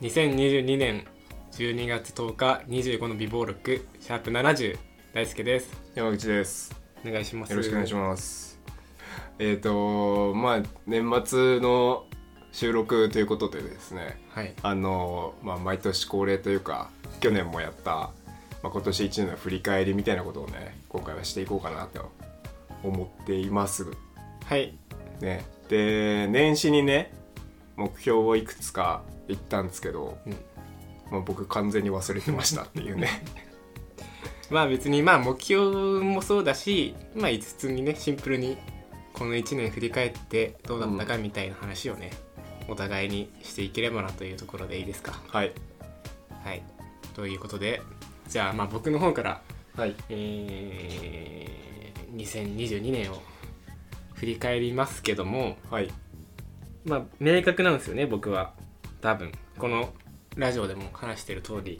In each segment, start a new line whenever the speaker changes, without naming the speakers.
2022年12月10日25の美貌録シャープ70大輔です
山口です
お願いします
よろしくお願いしますえっ、とまあ年末の収録ということでですね
はい
あのまあ毎年恒例というか去年もやった、まあ、今年1年の振り返りみたいなことをね今回はしていこうかなと思っています
はい
ねで年始にね目標をいくつか言ったんですけど、
うん
まあ、僕完全に忘れてましたっていうね
まあ別にまあ目標もそうだしまあ5つにねシンプルにこの1年振り返ってどうだったかみたいな話をね、お互いにしていければなというところでいいですか
はい
はいということでじゃあまあ僕の方から
はい
えー2022年を振り返りますけども、
はい
まあ、明確なんですよね僕は多分このラジオでも話してる通り、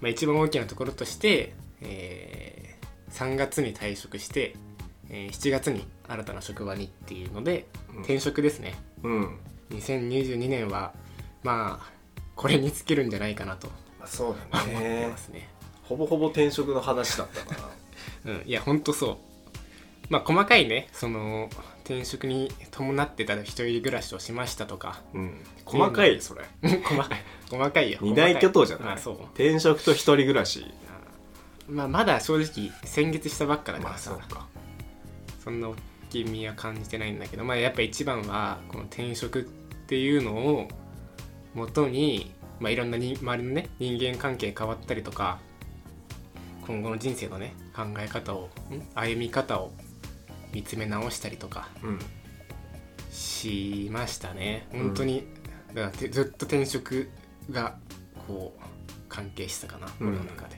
まあ、一番大きなところとして、えー3月に退職して、えー7月に新たな職場にっていうので
うん
転職ですね、
うん
2022年はまあこれに尽きるんじゃないかなと
まあそう
思ってますね、
ほぼほぼ転職の話だったか
うん、いやほんとそうまあ細かいねその転職に伴ってた一人暮らしをしましたとか
な、 うん、細かいそれ
細かい細かいよ
二大巨頭じゃない
まあそう
転職と一人暮らし
まあまだ正直先月したばっかだか
ま
ら
あ
さ、
そうか
そんな大きい身は感じてないんだけどまあやっぱ一番はこの転職っていうのを元にまあいろんなに周りのね人間関係変わったりとか今後の人生のね考え方をん歩み方を見つめ直したりとか
うん
しましたね
ん
本当に、だからてずっと転職がこう関係してたかな、
うん
俺の中で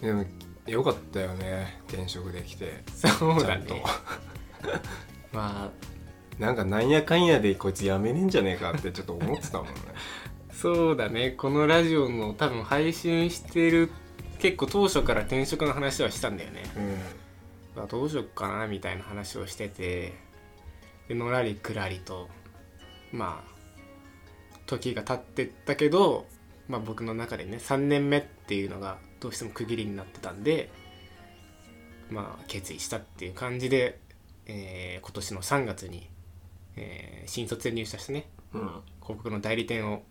でもよかったよね転職できて
そう
ちゃ
だ
んと
ね ま
なんかなんやかんやでこいつ辞めねえんじゃねえかってちょっと思ってたもんね
あそうだねこのラジオの多分配信してる結構当初から転職の話はしたんだよね、
う
まあ、どうしよっかなみたいな話をしててでのらりくらりとまあ時が経ってったけど、まあ、僕の中でね3年目っていうのがどうしても区切りになってたんでまあ決意したっていう感じで、えー今年の3月に、えー新卒で入社してね
ん うん、
広告の代理店を、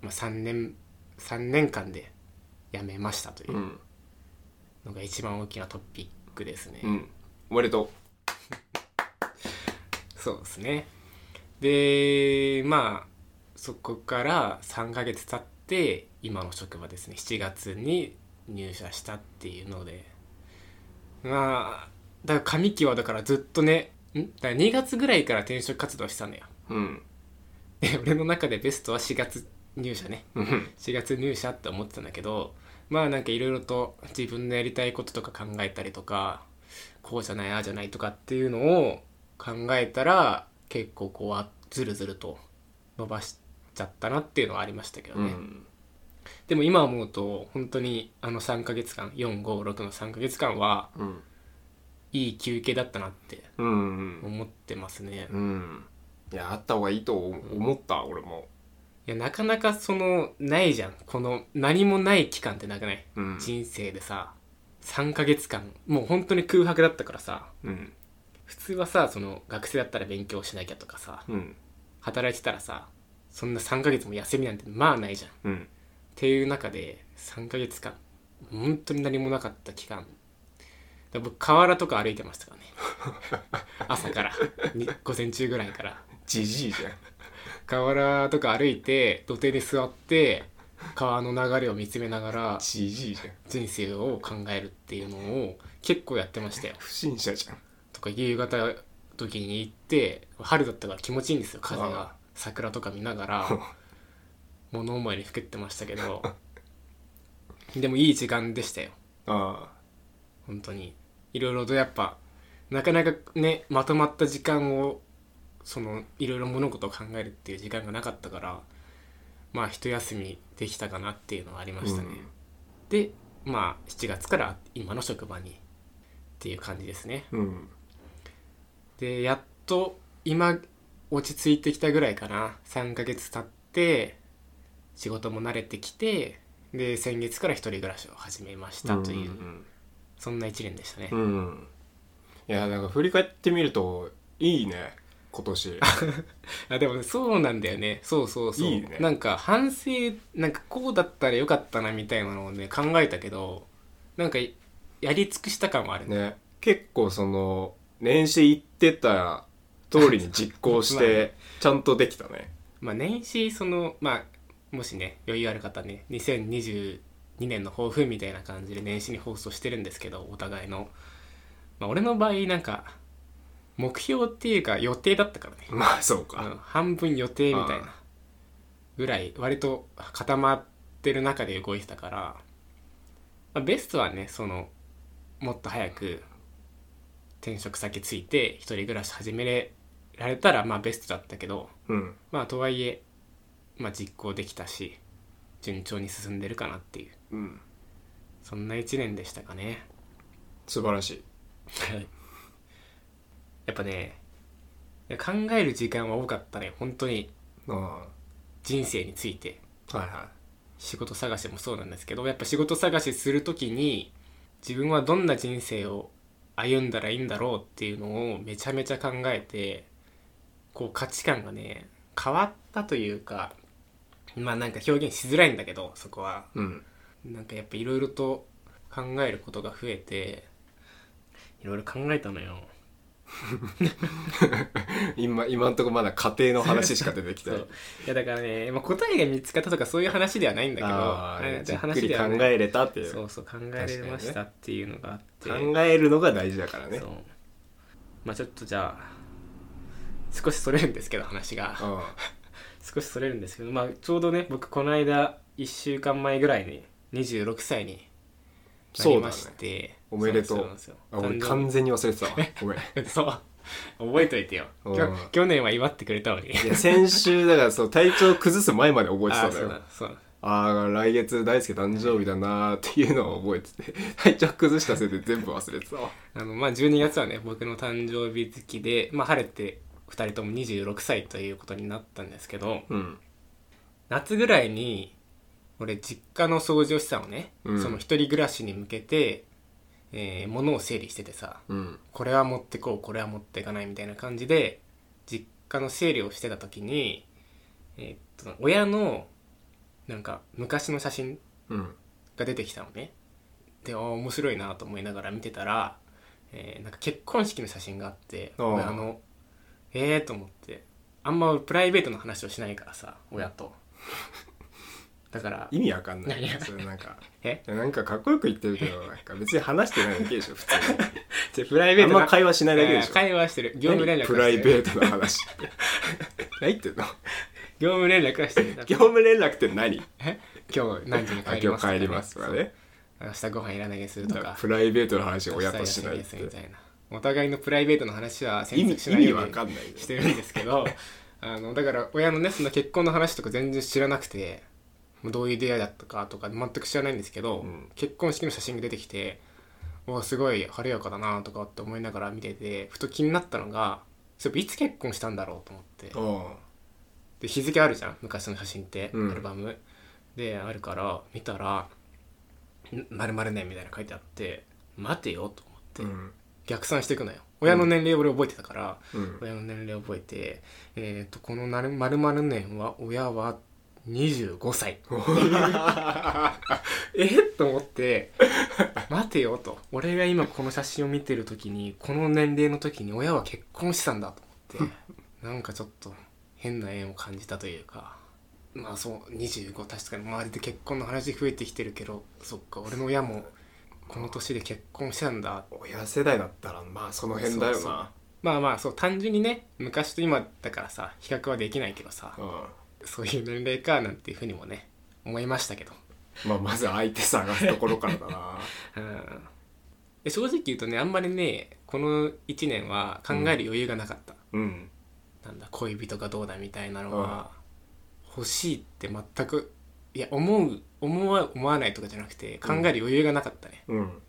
まあ、3年3年間で辞めましたといううんのが一番大きなトピックですね。
うん、割と
そうですねでまあそこから3ヶ月経って今の職場ですね7月に入社したっていうのでまあだから上期はだからずっとねんだから2月ぐらいから転職活動してたのよ
うん
で俺の中でベストは4月入社ね
うん
4月入社って思ってたんだけどまあなんかいろいろと自分のやりたいこととか考えたりとかこうじゃないああじゃないとかっていうのを考えたら結構こうはずるずると伸ばしちゃったなっていうのはありましたけど
う
ね、
ん
でも今思うと本当にあの3ヶ月間456の3ヶ月間は
うん
いい休憩だったなって
うん
思ってますね、い
うんいやあった方がいいと思った俺も、
やなかなかそのないじゃんこの何もない期間ってなくない
うん
人生でさ3ヶ月間もう本当に空白だったからさ
うん
普通はさその学生だったら勉強しなきゃとかさ
うん
働いてたらさそんな3ヶ月も休みなんてまあないじゃんっ
うん
ていう中で3ヶ月間本当に何もなかった期間だ僕河原とか歩いてましたからね 朝からに午前中ぐらいから
じじいじゃん
河原とか歩いて土手で座って川の流れを見つめながら
じじいじゃん
人生を考えるっていうのを結構やってましたよ
不審者じゃん
とか夕方時に行って春だったから気持ちいいんですよ風
あ
が
あ
桜とか見ながら物思いにふけってましたけどでもいい時間でしたよ
あ
本当にいろいろとやっぱなかなかねまとまった時間をそのいろいろ物事を考えるっていう時間がなかったからまあ一休みできたかなっていうのはありま
あ
したね、でまあ7月から今の職場にっていう感じですね
うん
でやっと今落ち着いてきたぐらいかな3ヶ月経って仕事も慣れてきてで先月から一人暮らしを始めましたという、
うん
そんな1年でしたね、
うんうん、うんいやなんか振り返ってみるといいね今 年
あでもねそうなんだよねそうそうそう
いいね
なんか反省なんかこうだったらよかったなみたいなのをね考えたけどなんかいやり尽くした感はあるね
ね結構その年始言ってた通りに実行し
まあね
てちゃんとできたね
まあ年始そのまあもしね余裕ある方ね2022年の抱負みたいな感じで年始に放送してるんですけどお互いの、まあ、俺の場合なんか目標っていうか予定だったからね
まあそうか、
うん半分予定みたい
あ
なぐらい割と固まってる中で動いてたから、まあ、ベストはねそのもっと早く転職先ついて一人暮らし始められたらまあベストだったけど
うん
まあとはいえ、まあ、実行できたし順調に進んでるかなっていう
うん、
そんな1年でしたかね
素晴らしい
やっぱね考える時間は多かったね本当に
ああは
人生について
いは
仕事探しもそうなんですけどやっぱ仕事探しする時に自分はどんな人生を歩んだらいいんだろうっていうのをめちゃめちゃ考えてこう価値観がね変わったというかまあなんか表現しづらいんだけどそこはい
うん
なんかやっぱいろいろと考えることが増えていろいろ考えたのよ
今今んとこまだ家庭の話しか出てきて
そ
な
う
い
いやだからね、まあ、答えが見つかったとかそういう話ではないんだけど
あ
あ
ー
れ
じっく
話
り
で
考
はない
えれたっていう
そうそう考えれましたっていうのがあって、
考えるのが大事だからね
そうまあちょっとじゃあ少しそれるんですけど話が
うん
少しそれるんですけどまあちょうどね僕この間1週間前ぐらいに26歳にな
そ
り
う
ま
だね
して
おめでと
そうな
うん
ですよ
あ俺
誕生
完全に忘れてたわごめん
日 そう覚えといてよ
うん
きょ去年は祝ってくれたのに
いや先週だからそう体調崩す前まで覚えて
あ
た
あ
んだ
そう
よ
だそうだ
ああ来月大輔誕生日だなーっていうのを覚えてて 体調崩したせいで全部忘れてたわ
あのまあ12月はね僕の誕生日月で、まあ、晴れて2人とも26歳ということになったんですけど
うん
夏ぐらいに俺実家の掃除をしてたのね、
うん
その一人暮らしに向けて、えー物を整理しててさ
うん
これは持ってこうこれは持っていかないみたいな感じで実家の整理をしてた時に、えーっと親のなんか昔の写真
うん
が出てきたのねであー面白いなと思いながら見てたら、えーなんか結婚式の写真があって
あー
親のええー、と思ってあんまプライベートの話をしないからさ親 とだから
意味わかんない
何が
それなんか
え
いやなんかかっこよく言ってるけどなんか別に話してないだけでしょ普通
じゃプライ
に
ベ
あ
ー
ん
トな
ま会話しないだけでし
えー
ょ
会話してる業務連絡はして
何プ
る
ライベートの話 何言ってん の
業務連絡はして る
業務連絡って何
え今日何時に
あ
帰り
今
ます
日帰りますとかね
明日ご飯いらないでするとか
プライベートの話を親としないっ
明日休みです
て
みたいなお互いのプライベートの話は
意
詮索し
味
な
意
い
味
よう
わ
に
かんないよ
してるんですけ どあのだから親のねその結婚の話とか全然知らなくてもうどういう出会いだったかとか全く知らないんですけど、
うん
結婚式の写真が出てきておすごい晴れやかだなとかって思いながら見ててふと気になったのがそういえばいつ結婚したんだろうと思って
うん
で日付あるじゃん昔の写真って、
うん
アルバムであるから見たら「まる年」みたいなの書いてあって「待てよ」と思って、
うん
逆算していくのよ親の年齢を俺覚えてたから、
うん
親の年齢を覚えて、えー、とこのなる〇〇年は親は25歳 えっと思って 待てよと俺が今この写真を見てる時にこの年齢の時に親は結婚してたんだと思ってなんかちょっと変な縁を感じたというかまあそう25確かに周りで結婚の話増えてきてるけどそっか俺の親もこの年で結婚してたんだ
親世代だったらまあその辺だよ
そうそう
な
まあまあそう単純にね昔と今だからさ比較はできないけどさ
う
そういう年齢かなんていうふうにもね思いましたけど、
んまあまず相手探すところからだな
うん、で正直言うとねあんまりねこの1年は考える余裕がなかった、
うん
なんだ恋人がどうだみたいなのは欲しいって全くいや思う思わ思わないとかじゃなくて考える余裕がなかったね、
うん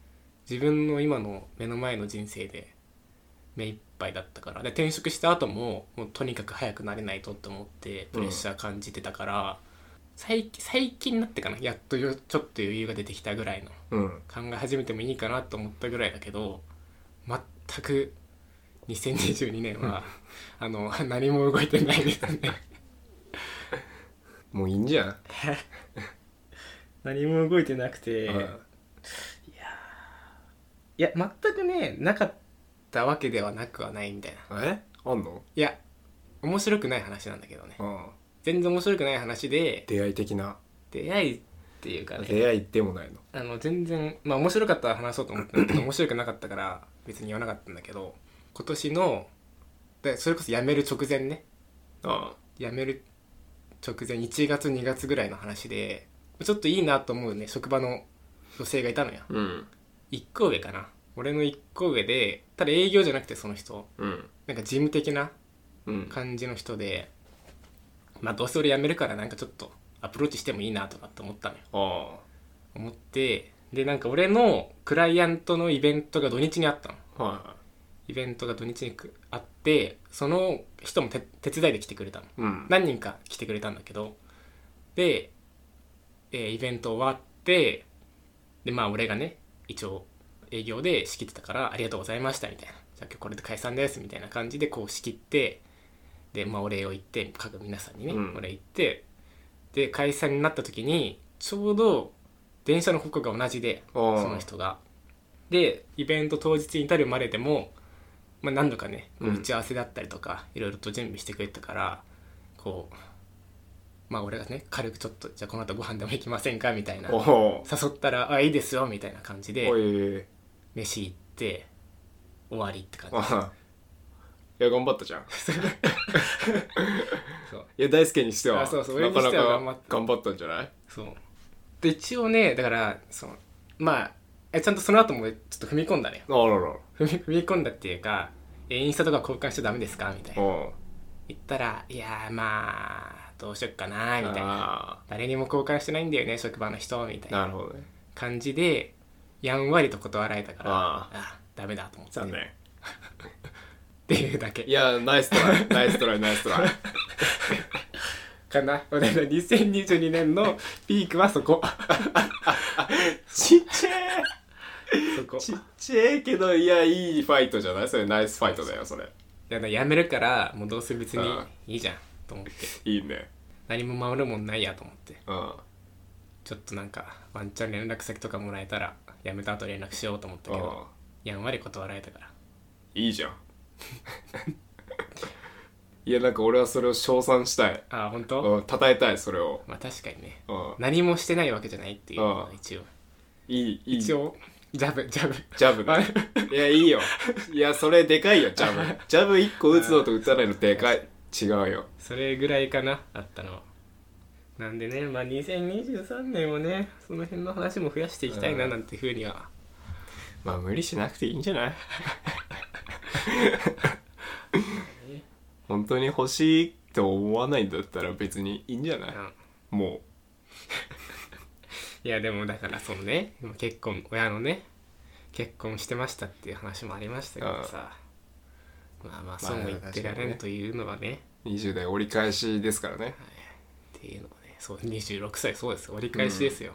自分の今の目の前の人生で目いっぱいだったからで転職した後ももうとにかく早くなれないとって思ってプレッシャー感じてたから、最近最近になってかなやっとよちょっと余裕が出てきたぐらいの
うん
考え始めてもいいかなと思ったぐらいだけど全く2022年は あの何も動いてないですね
もういいんじゃん、
何も動いてなくて、いや全くねなかったわけではなくはないみたいな
うんえあんの
いや面白くない話なんだけどね
うん
全然面白くない話で
出会い的な
出会いっていうかね
出会いでもないの
あの全然まあ面白かったら話そうと思ったんだ けど面白くなかったから別に言わなかったんだけど今年のでそれこそ辞める直前ね
あ
辞める直前1月2月ぐらいの話でちょっといいなと思うね職場の女性がいたのよ
うん
1個上かな俺の1個上でただ営業じゃなくてその人
うん
なんか事務的な
うん
感じの人でまあどうせ俺辞めるからなんかちょっとアプローチしてもいいなとかって思ったのよ
あ
思ってでなんか俺のクライアントのイベントが土日にあったの
あは
イベントが土日にくあってその人もて手伝いで来てくれたの
いうん
何人か来てくれたんだけどで、えーイベント終わってでまあ俺がね一応営業で仕切ってたから「ありがとうございました」みたいな「じゃあ今日これで解散です」みたいな感じでこう仕切ってでまあお礼を言って各皆さんにね、
うん
お礼言ってで解散になった時にちょうど電車の方向が同じで
あ
その人が。でイベント当日に至るまででも、まあ、何度かねこう
うん
打ち合わせだったりとか、いろいろと準備してくれてたからこうまあ俺がね軽くちょっとじゃあこの後ご飯でも行きませんかみたいな
お
誘
お
ったら「あいいですよ」みたいな感じで
おい
飯行って終わりって感じ
あ いや頑張ったじゃん
そう
いや大輔にしては
あそうそう
なかな
俺にしては頑張
か
った
頑張ったんじゃない
そうで一応ねだからそのまあえちゃんとその後もちょっと踏み込んだね
あらら
踏み踏み込んだっていうか「えインスタとか交換しちゃダメですか?」みたいな
うん
言ったら「いやーまあどうしよっかな」みたいな
あ
「誰にも交換してないんだよね職場の人」みたい
ー
な
なるほどね
感じでやんわりと断られたから
あ
あダメだと思ってっ
残念
ていうだけ
いやナイスト ライナイストライナイストライ
かな俺の2022年のピークはそこ
ちっちゃい
そ こ
ちっちゃいけどいやいいファイトじゃないそれナイスファイトだよそれ
だからやめるからもうどうせ別に
うん
いいじゃんと思って
いいね
何も守るもんないやと思って
うん
ちょっとなんかワンチャン連絡先とかもらえたらやめた後連絡しようと思ったけ
うん
どやんわり断られたから
いいじゃん いやなんか俺はそれを称賛したい
ああ本当、
うん称えたいそれを
まあ確かにね
うん
何もしてないわけじゃないっていうのが
うん
一応
いいいい
一応ジャブジャブ
ジャブねいやいいよいやそれでかいよジャブジャブ1個打つのと打たないのでかい違うよ
それぐらいかなあったのはなんでねまあ2023年もねその辺の話も増やしていきたいな
うん
なんてふうには
まあ無理しなくていいんじゃない本当に欲しいと思わないんだったら別にいいんじゃな
う
い
ん
も
いやでもだからそのね今結婚親のね結婚してましたっていう話もありましたけどさまあまあそうも言ってられんというのはね
う20代折り返しですからね
っていうのはねそう26歳そうですよ折り返しですよ、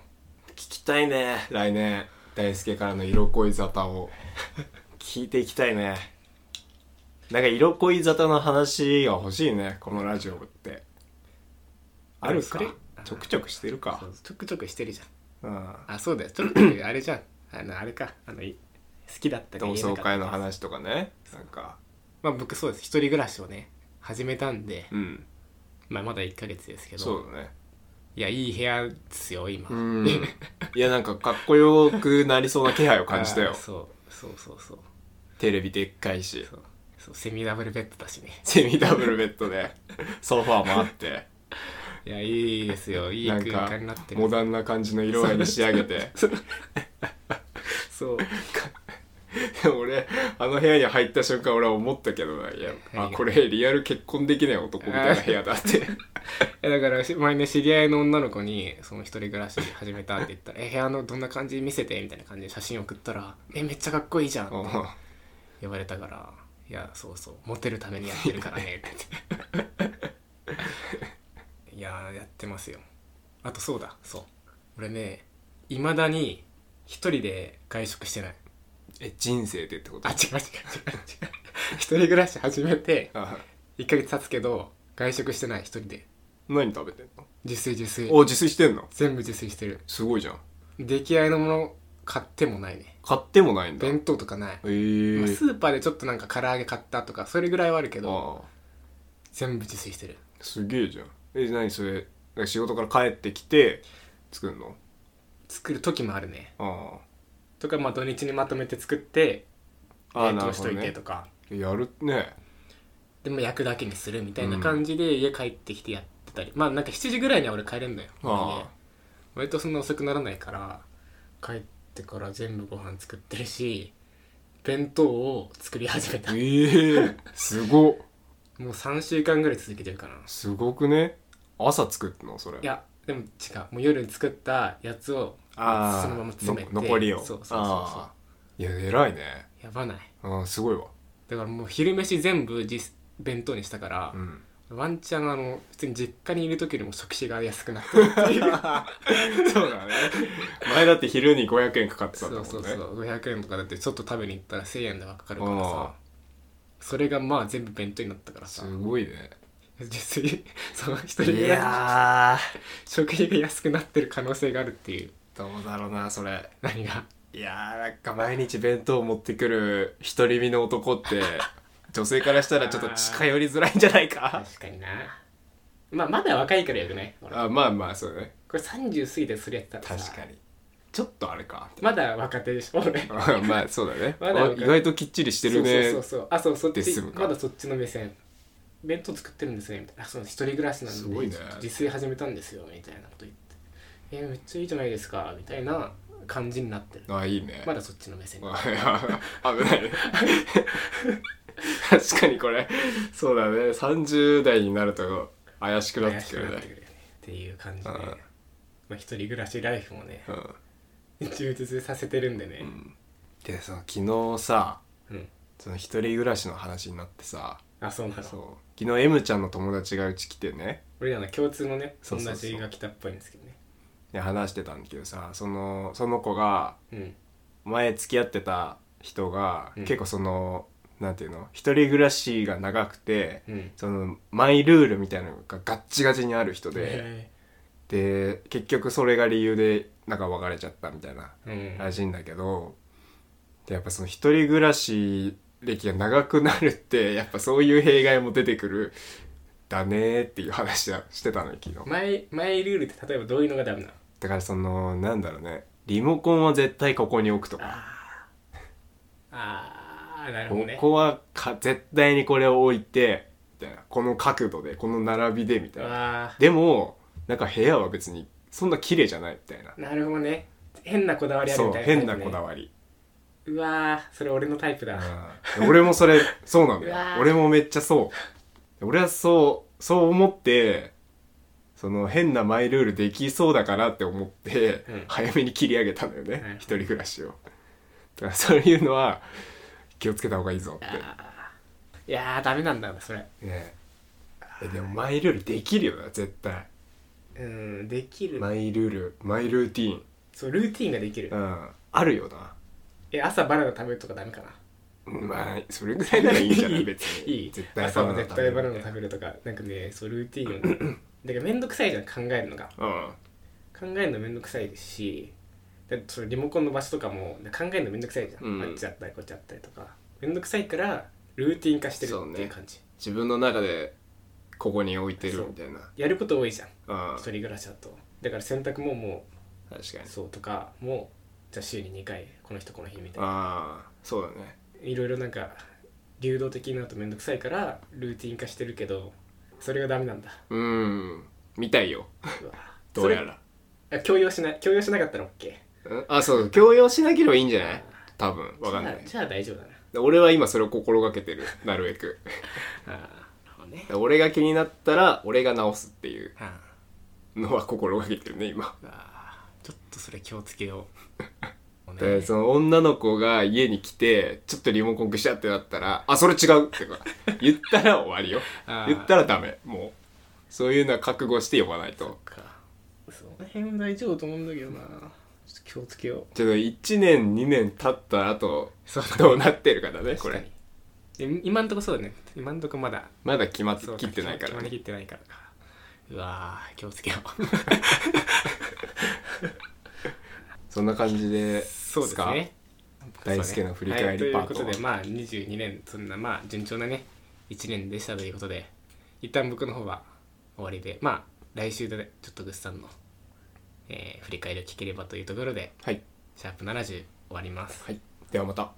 聞きたいね来年大輔からの色恋沙汰を聞いていきたいねなんか色恋沙汰の話が欲しいねこのラジオってある
そ
か
れ
ちょくちょくしてるか
そうちょくちょくしてるじゃん
うん
あそうだよちょっとねあれじゃんあのあれかあのい好きだったか
同
言えなか
窓
った
会の話とかねなんか
まあ僕そうです一人暮らしをね始めたんで、
うん
まあ、まだ1ヶ月ですけど
そうだね
いやいい部屋ですよ今、
うん いやなんかかっこよくなりそうな気配を感じた
あー
よ
そうそうそうそう
テレビでっかいし
そうそうセミダブルベッドだしね
セミダブルベッドでソファーもあって
いやいいです よいい
な
空
んか
間になって
モ
る
ダンな感じの色合いに仕上げて
そう
でも 俺あの部屋に入った瞬間俺は思ったけどないやあこれリアル結婚できない男み たいな部屋だって
えだからし前ね知り合いの女の子にその一人暮らし始めたって言ったら「え部屋のどんな感じ見せて」みたいな感じで写真送ったら「えめっちゃかっこいいじゃん」
うん
呼ばれたからいやそうそうモテるためにやってるからね」っていやーやってますよあとそうだそう俺ねいまだに一人で外食してない
え人生でってこと
あ違う違う違う違う一人暮らし始めて
あ
1ヶ月経つけど外食してない一人で
何食べてんの
自炊自炊
お自炊してんの
全部自炊してる
すごいじゃん
出来合いのもの買ってもないね
買ってもないんだえ
弁当とかない、
え
まあ
ー
スーパーでちょっとなんか唐揚げ買ったとかそれぐらいはあるけど
ああ
全部自炊してる
すげえじゃんえ何それなんか仕事から帰ってきて作るの
作る時もあるね
あ
とかまあ土日にまとめて作って
あああ
冷
なる
凍し
ほ
と
ど
いて
ね
とか、
やるね
でも焼くだけにするみたいな感じで家帰ってきてやってたり、まあなんか7時ぐらいには俺帰れんのよ
ああ
家割とそんな遅くならないから帰ってから全部ご飯作ってるし弁当を作り始めたも
え えすごっ
う3週間ぐらい続けてるかな
すごくね朝作ってんのそれ
いやでも違うもう夜に作ったやつを
ああ
そのまま詰めて
の残りを
そうそうそうそう
ああいや偉いね
やばない
ああすごいわ
だからもう昼飯全部実弁当にしたから
う、 ん
ワンチャンあの普通に実家にいる時よりも食費が安くなってるっていう
そうだね前だって昼に500円かかってた
そ
んだもん
う
ね
そうそう500円とかだってちょっと食べに行ったら1000円ではかかるから
あ
さそれがまあ全部弁当になったから
あ
さ
すごいね
実際 その一人
い
暮らし
や
食費が安くなってる可能性があるっていう
ーどうだろうなそれ
何が
いやーなんか毎日弁当を持ってくる独り身の男って 女性からしたらちょっと近寄りづらいんじゃないか
確かになまあまだ若いからよくないこれこ
あまあまあそうね
れ30過ぎてそれやったらさ
確かにちょっとあれか
まだ若手でしょ俺
まあそうだね、
まだ
あ意外ときっちりしてる
そ
ね
うそうそうそうあそうそっ
で
ち
済むか
まだそっちの目線弁当作ってるんですねみたいなあそう一人暮らしなんです
ごいね
ちょっと自炊始めたんですよみたいなこと言ってえめっちゃいいじゃないですかみたいな感じになってる
あいいね、
まだそっちの目線
あい や危ないね 確かにこれそうだね30代になると怪しくな
怪
って
し
く
く
る
なってく
ね
るよねっていう感じで
うん
まあ一人暮らしライフもね
うん
充実させてるんでね
でその昨日さ
うん
その一人暮らしの話になってさ
あそうなの
そう昨日 M ちゃんの友達がうち来てね
俺らの共通のね
そう
友
そうそう
達が来たっぽいんですけどね
で話してたんだけどさそのその子が
うん
前付き合ってた人が、
うん
結構そのなんていうの一人暮らしが長くて、
うん
そのマイルールみたいなのがガッチガチにある人で、
へ
で結局それが理由でなんか別れちゃったみたいな
えうん
らしいんだけど、でやっぱその一人暮らし歴が長くなるって やっぱそういう弊害も出てくるだねーっていう話をしてたのよ昨日。
マイマイルールって例えばどういうのがダメなの
だからそのなんだろうねリモコンは絶対ここに置くとか、
あーなるほど
こ
ね
こはか絶対にこれを置いてみたいなこの角度でこの並びでみたいな
あ
でもなんか部屋は別にそんな綺麗じゃないみたいな
ーなるほどね変なこだわりある
そ
み
う
たいな、
変なこだ
わ
わり、
りうわーそれ俺のタイプだ、
うん俺もそれそうなんだ
うわ
よ
ー
俺もめっちゃそう俺はそうそう思ってその変なマイルールできそうだからって思って、
うん
早めに切り上げたんだよね、
はい
一人暮らしをだからそういうのは気をつけた方がいいぞっ
あーいやーダメなんだなそれ
てねえでもマイルールできるよな絶対
うんできる、
マイルールマイルーティーン
そうルーティンができる、
うんあるよな
え朝バナナ食べるとかダメかな
まあそれぐらいならいいんじゃない別 に
いい
絶対
朝も絶対バナ
食
ナ食べ
べる
るとかなんかねそうルーティン をねだからめんどくさいじゃん考えるのが
うん
考えるのめんどくさいしだってそのリモコンの場所とかも考えるのめんどくさいじゃん、
うん
あっちあったりこっちあったりとかめんどくさいからルーティン化してるっていう感じ
自分の中でここに置いてるみたいな
やること多いじゃん
うん
一人暮らしだとだから洗濯もも
確か
う
に
そうとかもうじゃあ週に2回この人この日みたいな
ああそうだね
いろいろなんか流動的になるとめんどくさいからルーティン化してるけどそれがダメなんだ
うん見たいよ
うわ
どうやら
それあ強要しない強要しなかったら OK
うんあそう強要しなければいいんじゃない多分わかんない
じゃあじゃあ大丈夫だな
俺は今それを心がけてるなるべく
あーなるほどね
俺が気になったら俺が直すっていう
あ
のは心がけてるね今
あちょっとそれ気をつけようもう
で
ね
その女の子が家に来てちょっとリモコンぐしゃってなったら「あそれ違う」ってか言ったら終わりよ
あー
言ったらダメもうそういうのは覚悟して呼ばないと
かその辺は大丈夫と思うんだけどなちょっと気をつけよう
ちょっと1年2年経った後
そうだね
どうなってるかだねこ
これ
れ
で今んとこそうだね今んとこまだ
まだ決まっ
そう
切ってないか
決
ら
まり
ね
きってないからかうわー気をつけよう
そんな感じで
そうですね
大輔の振り返りパート
はい、ということでまあ22年そんなまあ順調なね1年でしたということで一旦僕の方は終わりでまあ来週でねちょっとぐっさんの、えー振り返りを聞ければというところで
はい、
シャープ70終わります
はい、ではまた